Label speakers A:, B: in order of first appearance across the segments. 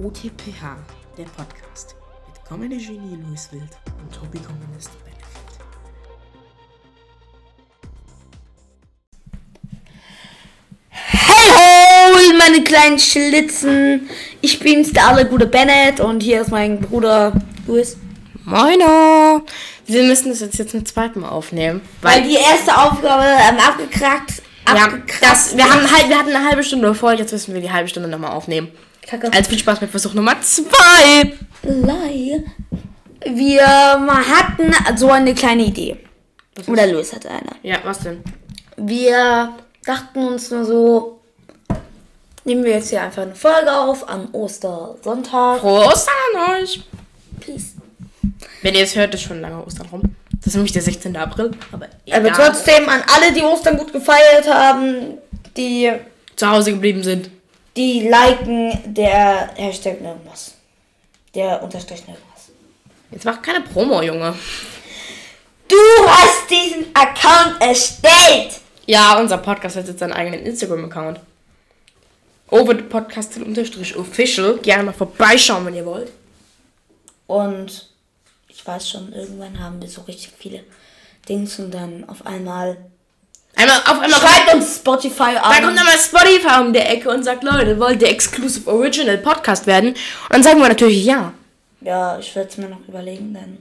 A: OTPH, der Podcast mit Comedy-Genie Louis Wild und Hobby-Kommunist Benefit.
B: Hey ho, meine kleinen Schlitzen. Ich bin's, der alle gute Bennett und hier ist mein Bruder Louis.
C: Moino! Wir müssen das jetzt, jetzt zum zweiten Mal aufnehmen.
B: Weil
C: Weil,
B: die erste Aufgabe ähm, abgekrackt,
C: wir, haben,
B: abgekratzt.
C: das, wir, haben halt, wir hatten eine halbe Stunde voll, jetzt müssen wir die halbe Stunde nochmal aufnehmen.
B: Kacke.
C: Also viel Spaß mit Versuch Nummer zwei.
B: Lei. Wir hatten so eine kleine Idee. Oder Louis hatte eine.
C: Ja, was denn?
B: Wir dachten uns nur so, nehmen wir jetzt hier einfach eine Folge auf am Ostersonntag.
C: Prost an euch!
B: Peace.
C: Wenn ihr es hört, ist schon lange Ostern rum. Das ist nämlich der 16. April. Aber,
B: Aber
C: egal.
B: trotzdem an alle, die Ostern gut gefeiert haben, die,
C: zu Hause geblieben sind.
B: die liken der Hashtag irgendwas. Der Unterstrich irgendwas.
C: Jetzt macht keine Promo, Junge.
B: Du hast diesen Account erstellt!
C: Ja, unser Podcast hat jetzt seinen eigenen Instagram-Account. Oberpodcast unterstrich official. Gerne mal vorbeischauen, wenn ihr wollt.
B: Und ich weiß schon, irgendwann haben wir so richtig viele Dings und dann auf einmal
C: Einmal auf einmal
B: schreibt uns Spotify an.
C: Da kommt nochmal Spotify um die Ecke und sagt, Leute, wollt ihr Exclusive Original Podcast werden? Und dann sagen wir natürlich ja.
B: ja, ich werde es mir noch überlegen, dann.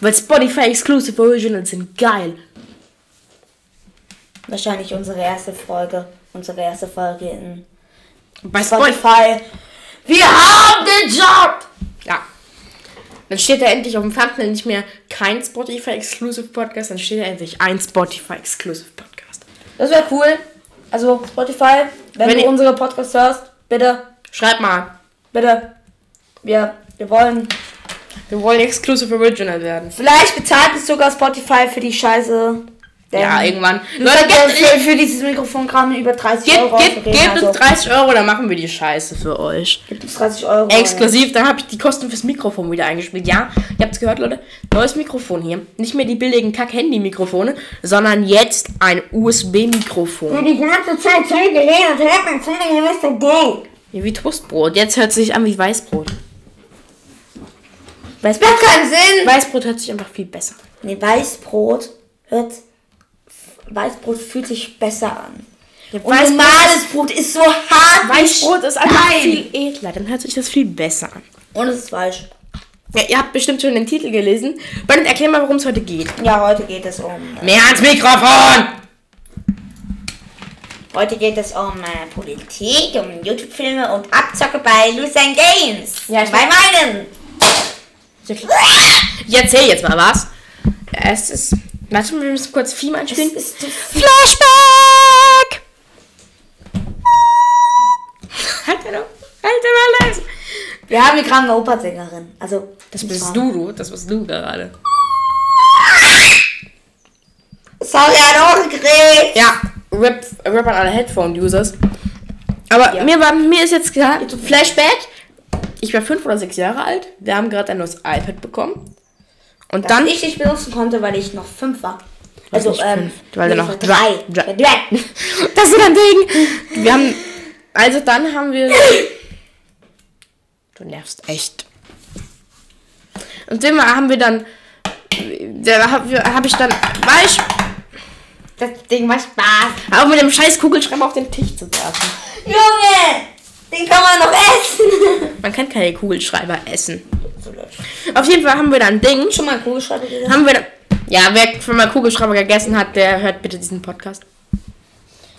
C: Weil Spotify Exclusive Originals sind geil.
B: Wahrscheinlich unsere erste Folge. Unsere erste Folge in
C: Bei Spotify.
B: Spotify. Wir haben den Job!
C: Ja. Dann steht da endlich auf dem Thumbnail nicht mehr kein Spotify Exclusive Podcast, dann steht da endlich ein Spotify Exclusive Podcast.
B: Das wäre cool. Also Spotify, wenn,
C: Wenn
B: du
C: ihr-
B: unsere Podcasts hörst, bitte,
C: Schreibt mal.
B: bitte. Wir, wir wollen.
C: Wir wollen Exclusive Original werden.
B: Vielleicht bezahlt uns sogar Spotify für die Scheiße. Denn
C: Ja, irgendwann.
B: Leute,
C: Leute, gebt,
B: für, für dieses Mikrofonkram über 30 Euro.
C: gebt, gebt,
B: auszugeben,
C: gebt uns
B: also
C: 30 Euro, dann machen wir die Scheiße für euch.
B: gebt uns 30 Euro.
C: Exklusiv, dann habe ich die Kosten fürs Mikrofon wieder eingespielt. Ja, ihr habt's gehört, Leute. Neues Mikrofon hier. Nicht mehr die billigen Kack-Handy-Mikrofone, sondern jetzt ein USB-Mikrofon.
B: Die ganze Zeit so geredet, hört man von mir, Mr. Gay.
C: Ja, wie Toastbrot. Jetzt hört sich an wie Weißbrot.
B: Das macht keinen Sinn.
C: Weißbrot hört sich einfach viel besser.
B: Nee, Weißbrot hört. Weißbrot fühlt sich besser an. Und
C: Weißbrot
B: normales Brot ist so hart. wie
C: Weißbrot ist einfach
B: Stein.
C: viel edler. Dann hört sich das viel besser an.
B: Und es ist falsch.
C: Ja, ihr habt bestimmt schon den Titel gelesen. Bennett, erklär mal, worum es heute geht.
B: Ja, heute geht es um.
C: Mehr ans Mikrofon!
B: Heute geht es um äh, Politik, um YouTube-Filme und Abzocke bei Lucerne Games.
C: Ja, ich-
B: bei meinen.
C: Ich erzähl jetzt mal was. Es ist. Warte, wir müssen kurz Theme einspielen.
B: Es ist das-
C: Flashback! halt mal, halt mal leise.
B: Wir haben hier gerade eine Opernsängerin. Also,
C: Das
B: nicht wahr.
C: bist du, du. Das bist du gerade.
B: Sorry, hat auch gekriegt.
C: Ja, Rip, Rip an alle Headphone-Users. Aber
B: Ja.
C: mir, war, mir ist jetzt klar, Flashback. Ich war fünf oder sechs Jahre alt. Wir haben gerade ein neues iPad bekommen. Und
B: Dass
C: dann.
B: ich nicht benutzen konnte, weil ich noch fünf war. Also,
C: nicht
B: ähm,
C: fünf, weil du
B: nee,
C: noch
B: so
C: drei-
B: drei.
C: drei-
B: drei.
C: Das ist ein Ding. Wir haben. Also dann haben wir. Du nervst echt. Und immer haben wir dann. Da habe hab ich dann. War ich.
B: Das Ding macht Spaß.
C: Aber mit dem scheiß Kugelschreiber auf den Tisch zu werfen.
B: Junge, den kann man noch essen.
C: Man kann keine Kugelschreiber essen. Auf jeden Fall haben wir dann ein Ding.
B: Schon mal Kugelschreiber gegessen?
C: Haben wir dann. Ja, wer schon mal Kugelschreiber gegessen hat, der hört bitte diesen Podcast.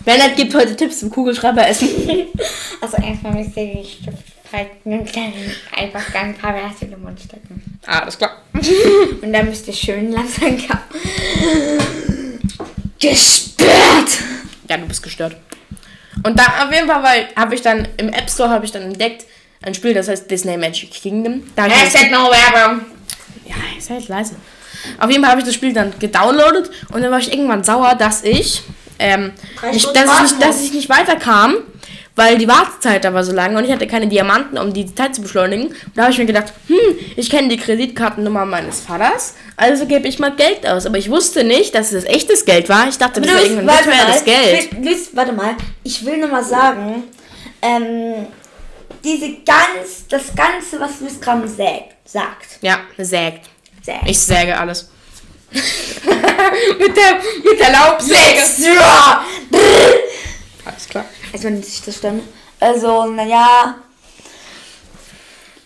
C: Bernhard gibt heute Tipps zum Kugelschreiber essen.
D: Also erstmal müsst ihr die Stift falten und dann einfach ganz ein paar Verse in den Mund stecken.
C: ah, das klar.
D: Und dann müsst ihr schön langsam kauen.
B: Gesperrt.
C: Ja, du bist gestört. Und da auf jeden Fall, weil habe ich dann im App Store habe ich dann entdeckt ein Spiel, das heißt Disney Magic Kingdom. Da hab ich das,
D: no Werbung.
C: ja, ist halt leise. Auf jeden Fall habe ich das Spiel dann gedownloadet und dann war ich irgendwann sauer, dass ich ähm,
B: Drei
C: nicht,
B: Stunden
C: dass, ich
B: warten
C: nicht, dass ich nicht weiterkam, weil die Wartezeit da war so lange und ich hatte keine Diamanten, um die Zeit zu beschleunigen. Und da habe ich mir gedacht, hm, ich kenne die Kreditkartennummer meines Vaters, also gebe ich mal Geld aus. Aber ich wusste nicht, dass es echtes Geld war. Ich dachte, das war
B: Luis,
C: irgendein
B: warte mal.
C: virtuelles Geld.
B: Luis, warte mal. Ich will nur mal sagen, ähm, diese ganz, das Ganze, was Miss Gramm sagt. sagt.
C: Ja, sägt.
B: sagt.
C: Ich säge alles. mit, der, mit der Laubsäge.
B: Extra!
C: Alles klar.
B: Also nimmt sich das stimmt. Also, naja.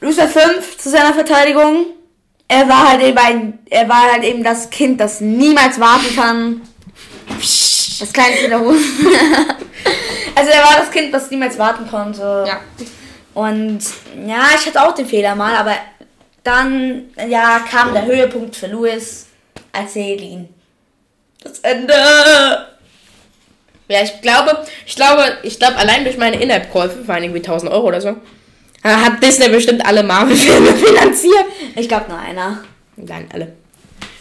B: Loser 5 zu seiner Verteidigung. Er war halt eben ein, er war halt eben das Kind, das niemals warten kann. Das kleinste der Hose. also er war das Kind, das niemals warten konnte.
C: Ja.
B: Und ja, ich hatte auch den Fehler mal, aber dann ja kam der Höhepunkt für Louis als Selin. Das Ende.
C: Ja, ich glaube, ich glaube, ich glaube, allein durch meine In-App-Käufe, vor allem irgendwie 1000 Euro oder so, äh, hat Disney bestimmt alle Marvel-Filme finanziert.
B: Ich glaube nur einer.
C: Nein, alle.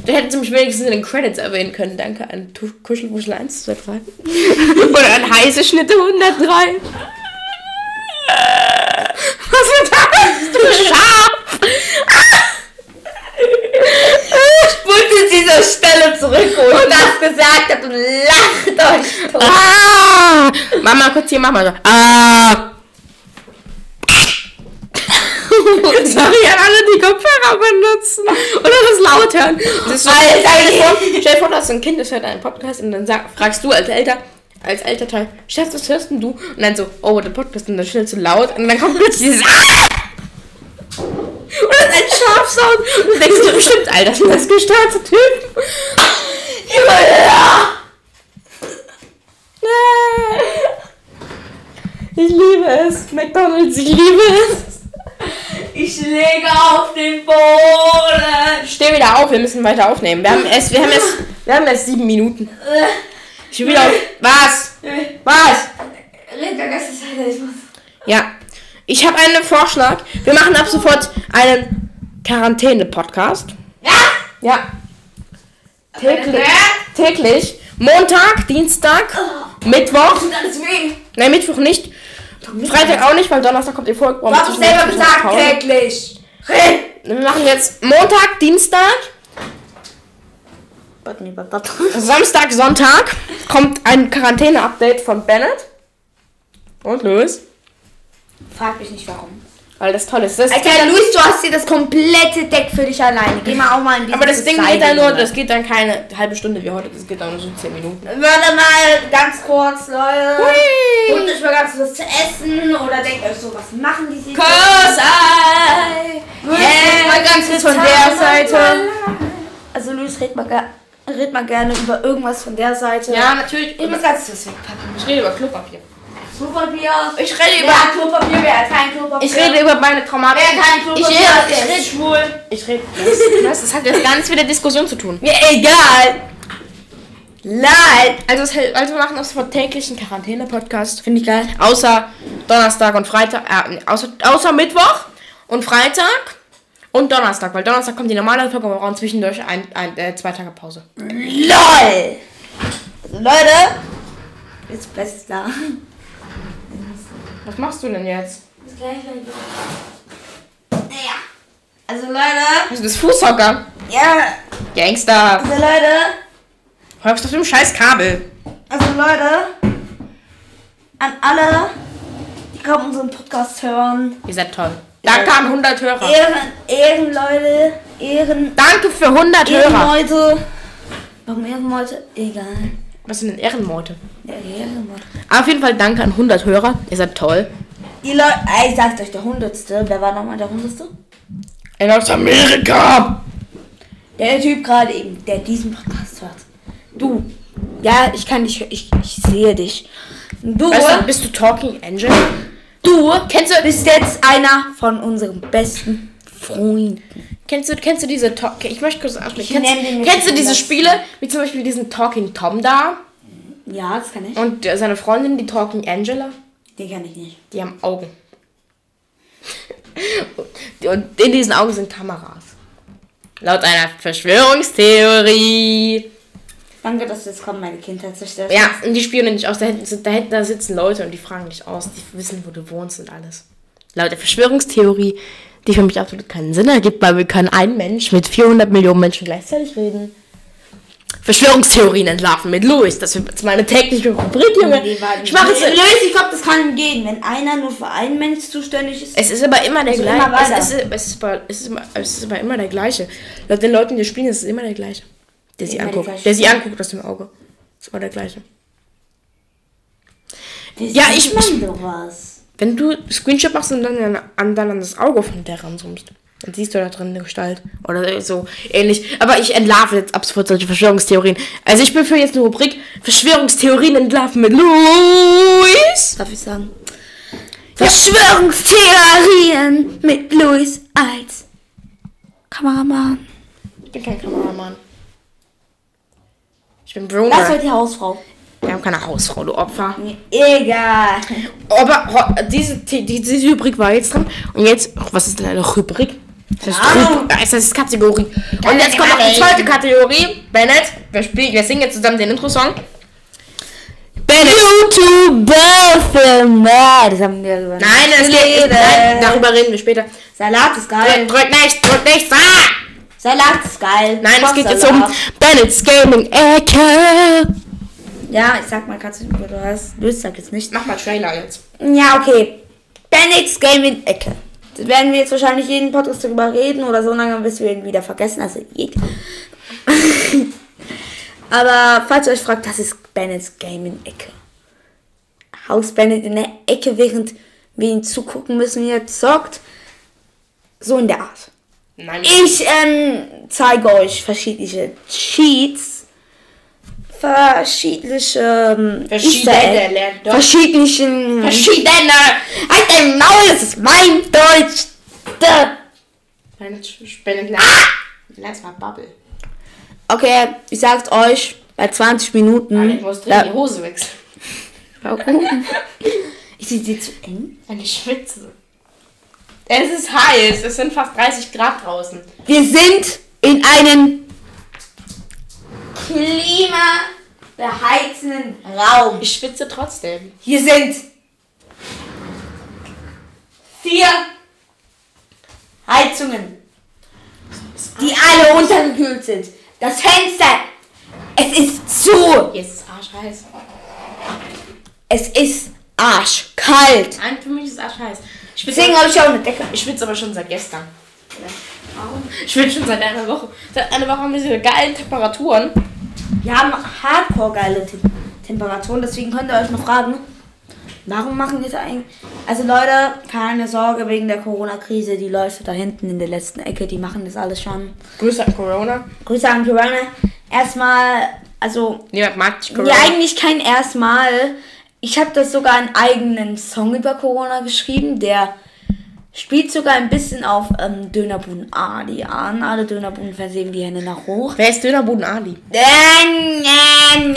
C: Dann hätten sie mich wenigstens in den Credits erwähnen können. Danke an Tu- Kuschelmuschel 1, 2, 3. Oder an heiße Schnitte 103. Was war das? Du Schaf!
B: Ich wollte es dieser Stelle zurückholen und das gesagt hat und lacht euch tot.
C: Ah! Mama, kurz hier, mach mal so. Ah! Sorry an alle, die Kopfhörer benutzen. Oder das laut hören. Das ist so, stell, dir vor, stell dir vor, dass ein Kind das hört einen Podcast und dann sag, fragst du als Elter, als Elternteil, Chef, was hörst denn du? Und dann so, oh, der Podcast und dann stellst du laut und dann kommt plötzlich dieses Ah! Und dann ein Schafsound und du denkst dir bestimmt, Alter, sind das gestörte Typen? Ich liebe es. McDonalds, ich liebe es.
B: Ich lege auf den Boden.
C: Steh wieder auf, wir müssen weiter aufnehmen. Wir haben erst, wir haben erst, wir haben erst sieben Minuten. Ich will wieder auf. Was? Was?
B: Red Geisteshalter, ich muss.
C: Ja. Ich habe einen Vorschlag. Wir machen ab sofort einen Quarantäne-Podcast. Ja? Ja. Täglich. Täglich. Montag, Dienstag,
B: Oh.
C: Mittwoch.
B: Tut alles weh.
C: Nein, Mittwoch nicht. Freitag auch nicht, weil Donnerstag kommt ihr vor.
B: Du hast es selber gesagt, täglich. Red.
C: Wir machen jetzt Montag, Dienstag,
B: Warte, nee, warte, warte.
C: Samstag, Sonntag kommt ein Quarantäne-Update von Bennett. Und Louis.
B: Frag mich nicht warum.
C: Weil das toll ist. Das
B: Alter, Luis, du hast dir das komplette Deck für dich alleine. Geh mal auch mal in die
C: aber das Ding geht dann nur, das geht dann keine halbe Stunde wie heute, das geht dann nur so 10 Minuten.
B: Warte mal, ganz kurz, Leute.
C: Hui.
B: Und ich mal ganz was zu essen oder denkt euch so, was machen die sich?
C: Kosai!
B: Hey, mal ganz kurz von der Seite. Also Luis, red mal, ge- red mal gerne über irgendwas von der Seite.
C: Ja, natürlich.
B: Ich muss ganz kurz wegpacken.
C: Ich rede über Klopapier.
B: Klopapier.
C: Ich rede
B: Wer hat Klopapier, wer hat kein Klopapier?
C: Ich rede über meine Traumatik.
B: Wer kein Klopapier
C: Ich
B: hat,
C: rede,
B: der
C: ich rede.
B: ist schwul.
C: Ich rede. Das, das hat jetzt gar nichts mit der Diskussion zu tun.
B: Mir egal. Leid.
C: Also, es hält- also wir machen das vor täglichen Quarantäne-Podcast.
B: Finde ich geil.
C: Außer Donnerstag und Freitag, äh, nee, außer, außer Mittwoch und Freitag und Donnerstag, weil Donnerstag kommt die normale Folge, aber wir brauchen zwischendurch ein, ein, äh, zwei Tage Pause.
B: LOL! Also Leute, jetzt best da.
C: Was machst du denn jetzt?
B: Naja. Also Leute,
C: Du bist Fußhocker.
B: ja,
C: Gangster.
B: also Leute,
C: Hörst auf dem scheiß Kabel.
B: also Leute, an alle, die gerade unseren Podcast hören,
C: Ihr seid toll. Danke an 100 Hörer.
B: Ehren, Ehrenleute, Ehren,
C: Danke für 100 Hörer.
B: Ehrenleute. Warum Ehrenleute? Egal.
C: Was sind denn Ehrenmeute?
B: Ja, Ehrenleute.
C: Auf jeden Fall danke an 100 Hörer. Ihr seid toll.
B: Die Leute, Ah, ich sag's euch, der Hundertste, wer war nochmal der Hundertste?
C: In Amerika.
B: Der Typ gerade eben, der diesen Podcast hört. Du. Ja, ich kann dich, ich, ich sehe dich. Du,
C: Weißt du, bist du Talking Angel?
B: du kennst du, bist jetzt einer von unseren besten Freunden.
C: Kennst du, kennst du diese Talk Ich möchte kurz ansprechen.
B: Ich
C: Kennst,
B: nenne den nicht
C: kennst du diese
B: anders.
C: Spiele, wie zum Beispiel diesen Talking Tom da
B: Ja, das kann ich.
C: und äh, seine Freundin, die Talking Angela?
B: Den kann ich nicht.
C: Die haben Augen. und in diesen Augen sind Kameras. Laut einer Verschwörungstheorie.
B: Danke, dass du jetzt kommen, meine Kindheit zerstört.
C: Ja, und die spielen nicht aus. Da hinten, sind, da hinten da sitzen Leute und die fragen dich aus. Die wissen, wo du wohnst und alles. Laut der Verschwörungstheorie, die für mich absolut keinen Sinn ergibt, weil wir können ein Mensch mit 400 Millionen Menschen gleichzeitig reden. Verschwörungstheorien entlarven mit Louis. Das wird jetzt meine tägliche Rubrik, Junge. Ich mache es.
B: Lös, ich glaube, das kann gehen. Wenn einer nur für einen Mensch zuständig ist.
C: Es ist aber immer der
B: Also
C: gleiche.
B: immer weiter.
C: es, ist, es, ist, aber- es, ist, immer- es ist aber immer der gleiche. Laut den Leuten, die spielen, ist es immer der gleiche. Der sie
B: Immer der
C: anguckt.
B: gleiche.
C: Der sie anguckt aus dem Auge. Ist immer der gleiche.
B: Das
C: Ja, ich-
B: mein sowas.
C: Wenn du Screenshot machst und dann an, an, dann an das Auge von der ranzoomst, dann siehst du da drin eine Gestalt. Oder so ähnlich. Aber ich entlarve jetzt ab sofort solche Verschwörungstheorien. Also ich bin für jetzt eine Rubrik Verschwörungstheorien entlarven mit Luis.
B: Darf ich sagen? Verschwörungstheorien mit Louis als Kameramann.
C: Ich bin kein Kameramann. Ich bin Bruno.
B: Das ist heute die Hausfrau.
C: Wir haben keine Hausfrau, du Opfer.
B: Egal.
C: Aber ho- diese, The- die- diese Rubrik war jetzt dran. Und jetzt, oh, was ist denn eine Rubrik? Das heißt,
B: Keine Ahnung.
C: Rubrik, das heißt Kategorie. Und jetzt kommt noch die zweite Kategorie. Bennett, wir, spielen, wir singen jetzt zusammen den Intro-Song. Bennett.
B: YouTuber-Filme. Das haben wir gewonnen.
C: Nein, das geht. Nein, darüber reden wir später.
B: Salat ist geil.
C: Drück, drück nicht, drück nicht. Ah!
B: Salat ist geil.
C: Nein, es
B: Bock
C: geht jetzt um
B: Salat.
C: Bennett's Gaming-Ecke.
B: Ja, ich sag mal gerade, du hast. Louis sagt jetzt nicht.
C: Mach mal Trailer jetzt.
B: Ja, okay. Bennett's Gaming-Ecke. Das werden wir jetzt wahrscheinlich jeden Podcast drüber reden oder so lange, bis wir ihn wieder vergessen. Also, geht. Aber falls ihr euch fragt, das ist Bennett's Gaming-Ecke. Haus Bennett in der Ecke, während wir ihn zugucken müssen, wie er zockt. So in der Art.
C: Nein.
B: Ich ähm, zeige euch verschiedene Cheats. Verschiedene. Ähm,
C: Verschiedene,
B: Easter Egg-
C: lernt doch.
B: Verschiedene.
C: Verschiedene.
B: Halt dein Maul, das ist mein Deutsch. Da.
C: Bennett, Bennett, lass, lass mal Bubble.
B: Okay, ich sag's euch, bei 20 Minuten.
C: Ich muss drin die
B: Da,
C: Hose wechseln.
B: ist die, die zu eng?
C: Eine Schwitze. Es ist heiß. Es sind fast 30 Grad draußen.
B: Wir sind in einem klimabeheizenden Raum.
C: Ich schwitze trotzdem.
B: Hier sind vier Heizungen, die alle untergekühlt sind. Das Fenster, es ist zu.
C: Jetzt ist arschheiß.
B: Es ist arschkalt.
C: Nein, für mich ist arschheiß. Ich schwitze,
B: Deswegen habe ich auch eine Decke.
C: ich schwitze aber schon seit gestern. Ich schwitze schon seit einer Woche. Seit einer Woche haben wir diese geilen Temperaturen.
B: Wir haben hardcore geile Te Temperaturen, deswegen könnt ihr euch mal fragen, warum machen die das eigentlich? Also Leute, keine Sorge wegen der Corona-Krise, die Leute da hinten in der letzten Ecke, die machen das alles schon.
C: Grüße an Corona.
B: Grüße an Corona. Erstmal, also
C: Niemand mag dich Corona.
B: ja, eigentlich kein erstmal. Ich habe das sogar einen eigenen Song über Corona geschrieben, der spielt sogar ein bisschen auf ähm, Dönerbuden Adi an. Alle Dönerbuden-Fans heben die Hände nach hoch.
C: Wer ist Dönerbuden Ali?
B: Äh, nee, nee.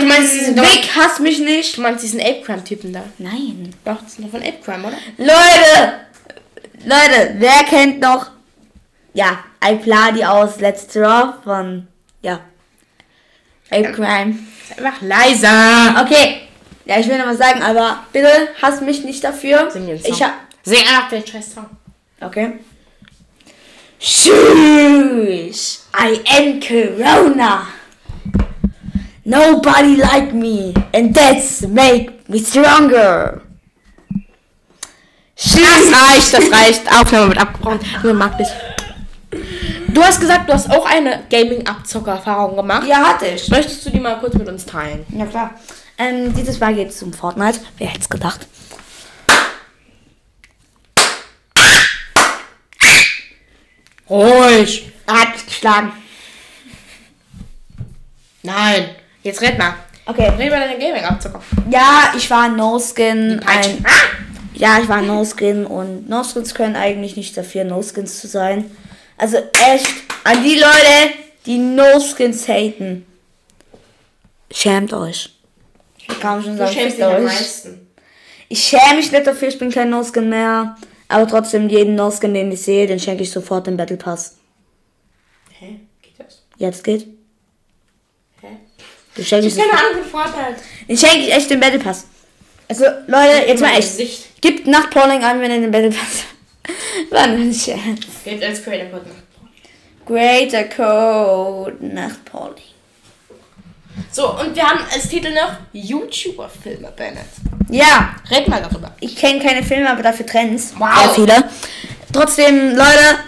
C: du meinst, diese Deu-
B: Vic, hasst mich nicht.
C: Du meinst diesen Apecrime-Typen da?
B: Nein.
C: Doch, das ist noch von Apecrime, oder?
B: Leute! Leute, wer kennt noch? Ja, Alpladi aus Let's Draw von. Ja. Ape Crime.
C: Sei einfach leiser.
B: Okay. Ja, ich will noch was sagen, aber bitte hasst mich nicht dafür.
C: Sing den Song.
B: ich hab.
C: Sing einfach den scheiß Song.
B: Okay. Sheesh. I am Corona. Nobody like me, and that's make me stronger.
C: Das reicht, das reicht. Aufnahme wird abgebrochen. Junge, mag dich. Du hast gesagt, du hast auch eine Gaming-Abzocker-Erfahrung gemacht.
B: Ja, hatte ich.
C: Möchtest du die mal kurz mit uns teilen?
B: Ja, klar. Ähm, dieses Mal geht es um Fortnite. Wer hätte es gedacht?
C: Ruhig.
B: Er hat mich geschlagen.
C: Nein. Jetzt red mal.
B: Okay.
C: Red über deine Gaming-Abzocker.
B: Ja, ich war No-Skin.
C: Peitsche.
B: Ein,
C: Ah!
B: ja, ich war No-Skin und No-Skins können eigentlich nicht dafür, No-Skins zu sein. Also echt an die Leute, die No-Skins haten. Schämt euch. Ich kann schon
C: Du
B: sagen,
C: schämst
B: schämt
C: dich am
B: euch.
C: meisten.
B: Ich schäme mich nicht dafür, ich bin kein No-Skin mehr. Aber trotzdem, jeden No-Skin, den ich sehe, den schenke ich sofort den Battle Pass.
C: Hä? Geht das?
B: Jetzt geht.
C: Hä?
B: Den schenke ich,
C: Ich keine Ahnung, wie Vorteil.
B: den schenke ich echt den Battle Pass. Also, Leute, jetzt mal echt.
C: Sicht.
B: Gebt Nachtprawling an, wenn ihr den Battle Pass. Wann nicht ernst.
C: Geht als Creator Code nach.
B: Greater Code Nachtprawling.
C: So, und wir haben als Titel noch YouTuber-Filme, Bennett.
B: Ja,
C: Red mal darüber.
B: ich kenne keine Filme, aber dafür Trends.
C: Wow.
B: Sehr viele. Trotzdem, Leute,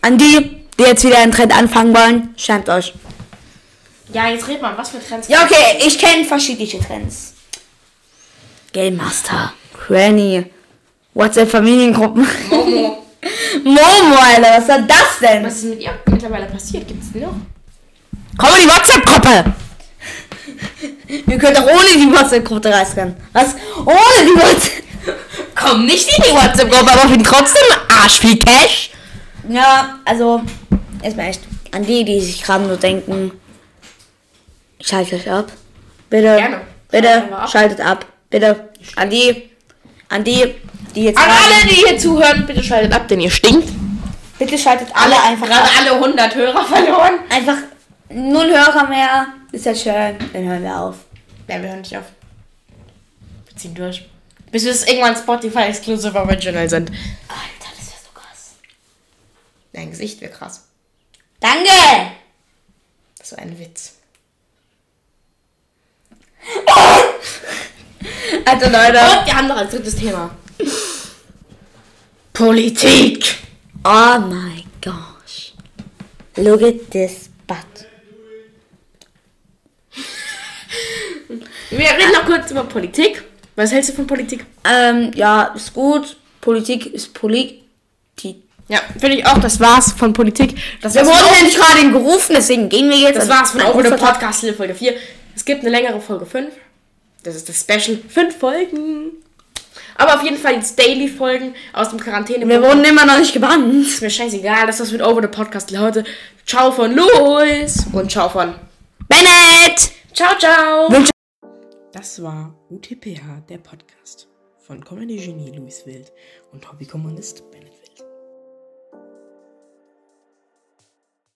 B: an die, die jetzt wieder einen Trend anfangen wollen, schämt euch.
C: Ja, jetzt red mal, was für Trends.
B: Ja, okay, ich kenne verschiedene Trends. Game Master, Granny, WhatsApp-Familiengruppen.
C: Momo.
B: Momo, Alter, was war das denn?
C: Was ist mit ihr mittlerweile passiert? Gibt's die noch?
B: Komm in die WhatsApp-Gruppe! Ihr könnt auch ohne die WhatsApp-Gruppe reisen. Was? Ohne die WhatsApp?
C: Komm nicht in die WhatsApp-Gruppe, aber find trotzdem Arsch viel Cash.
B: Ja, also, erstmal echt. An die, die sich gerade nur denken, schaltet euch ab. Bitte.
C: Gerne.
B: Bitte,
C: Schalten wir ab.
B: schaltet ab. Bitte. An die, an die, die jetzt.
C: An
B: gerade-
C: alle, die hier zuhören, bitte schaltet ab, denn ihr stinkt.
B: Bitte schaltet alle einfach
C: Gerade
B: ab.
C: alle 100 Hörer verloren.
B: Einfach null Hörer mehr. Ist ja schön. Dann hören wir auf.
C: Nein, wir hören nicht auf. Wir ziehen durch. Bis wir es irgendwann Spotify Exclusive Original sind.
B: Alter, das wäre so krass.
C: Dein Gesicht wäre krass.
B: Danke!
C: Das war ein Witz.
B: Also Leute.
C: Und wir haben noch als drittes Thema. Politik.
B: Oh my gosh. Look at this butt.
C: Wir reden noch kurz über Politik. Was hältst du von Politik?
B: Ähm, ja, ist gut. Politik ist Politik.
C: Ja, finde ich auch. Das war's von Politik. Das
B: Wir
C: war's von
B: wurden
C: auch-
B: nämlich gerade gerufen, deswegen gehen wir jetzt.
C: Das war's von
B: Nein,
C: Auch ohne
B: Unfall-
C: Podcast Folge 4. Es gibt eine längere Folge 5. Das ist das Special. Fünf Folgen. Aber auf jeden Fall jetzt Daily-Folgen aus dem Quarantäne.
B: Wir wurden immer noch nicht gebannt.
C: Ist mir scheißegal, das ist mit Over the Podcast Leute. Ciao von Luis und ciao von.
B: Bennett!
C: Ciao, ciao!
A: Das war UTPH, der Podcast von Comedy Genie Luis Wild und Hobbykommunist Bennett.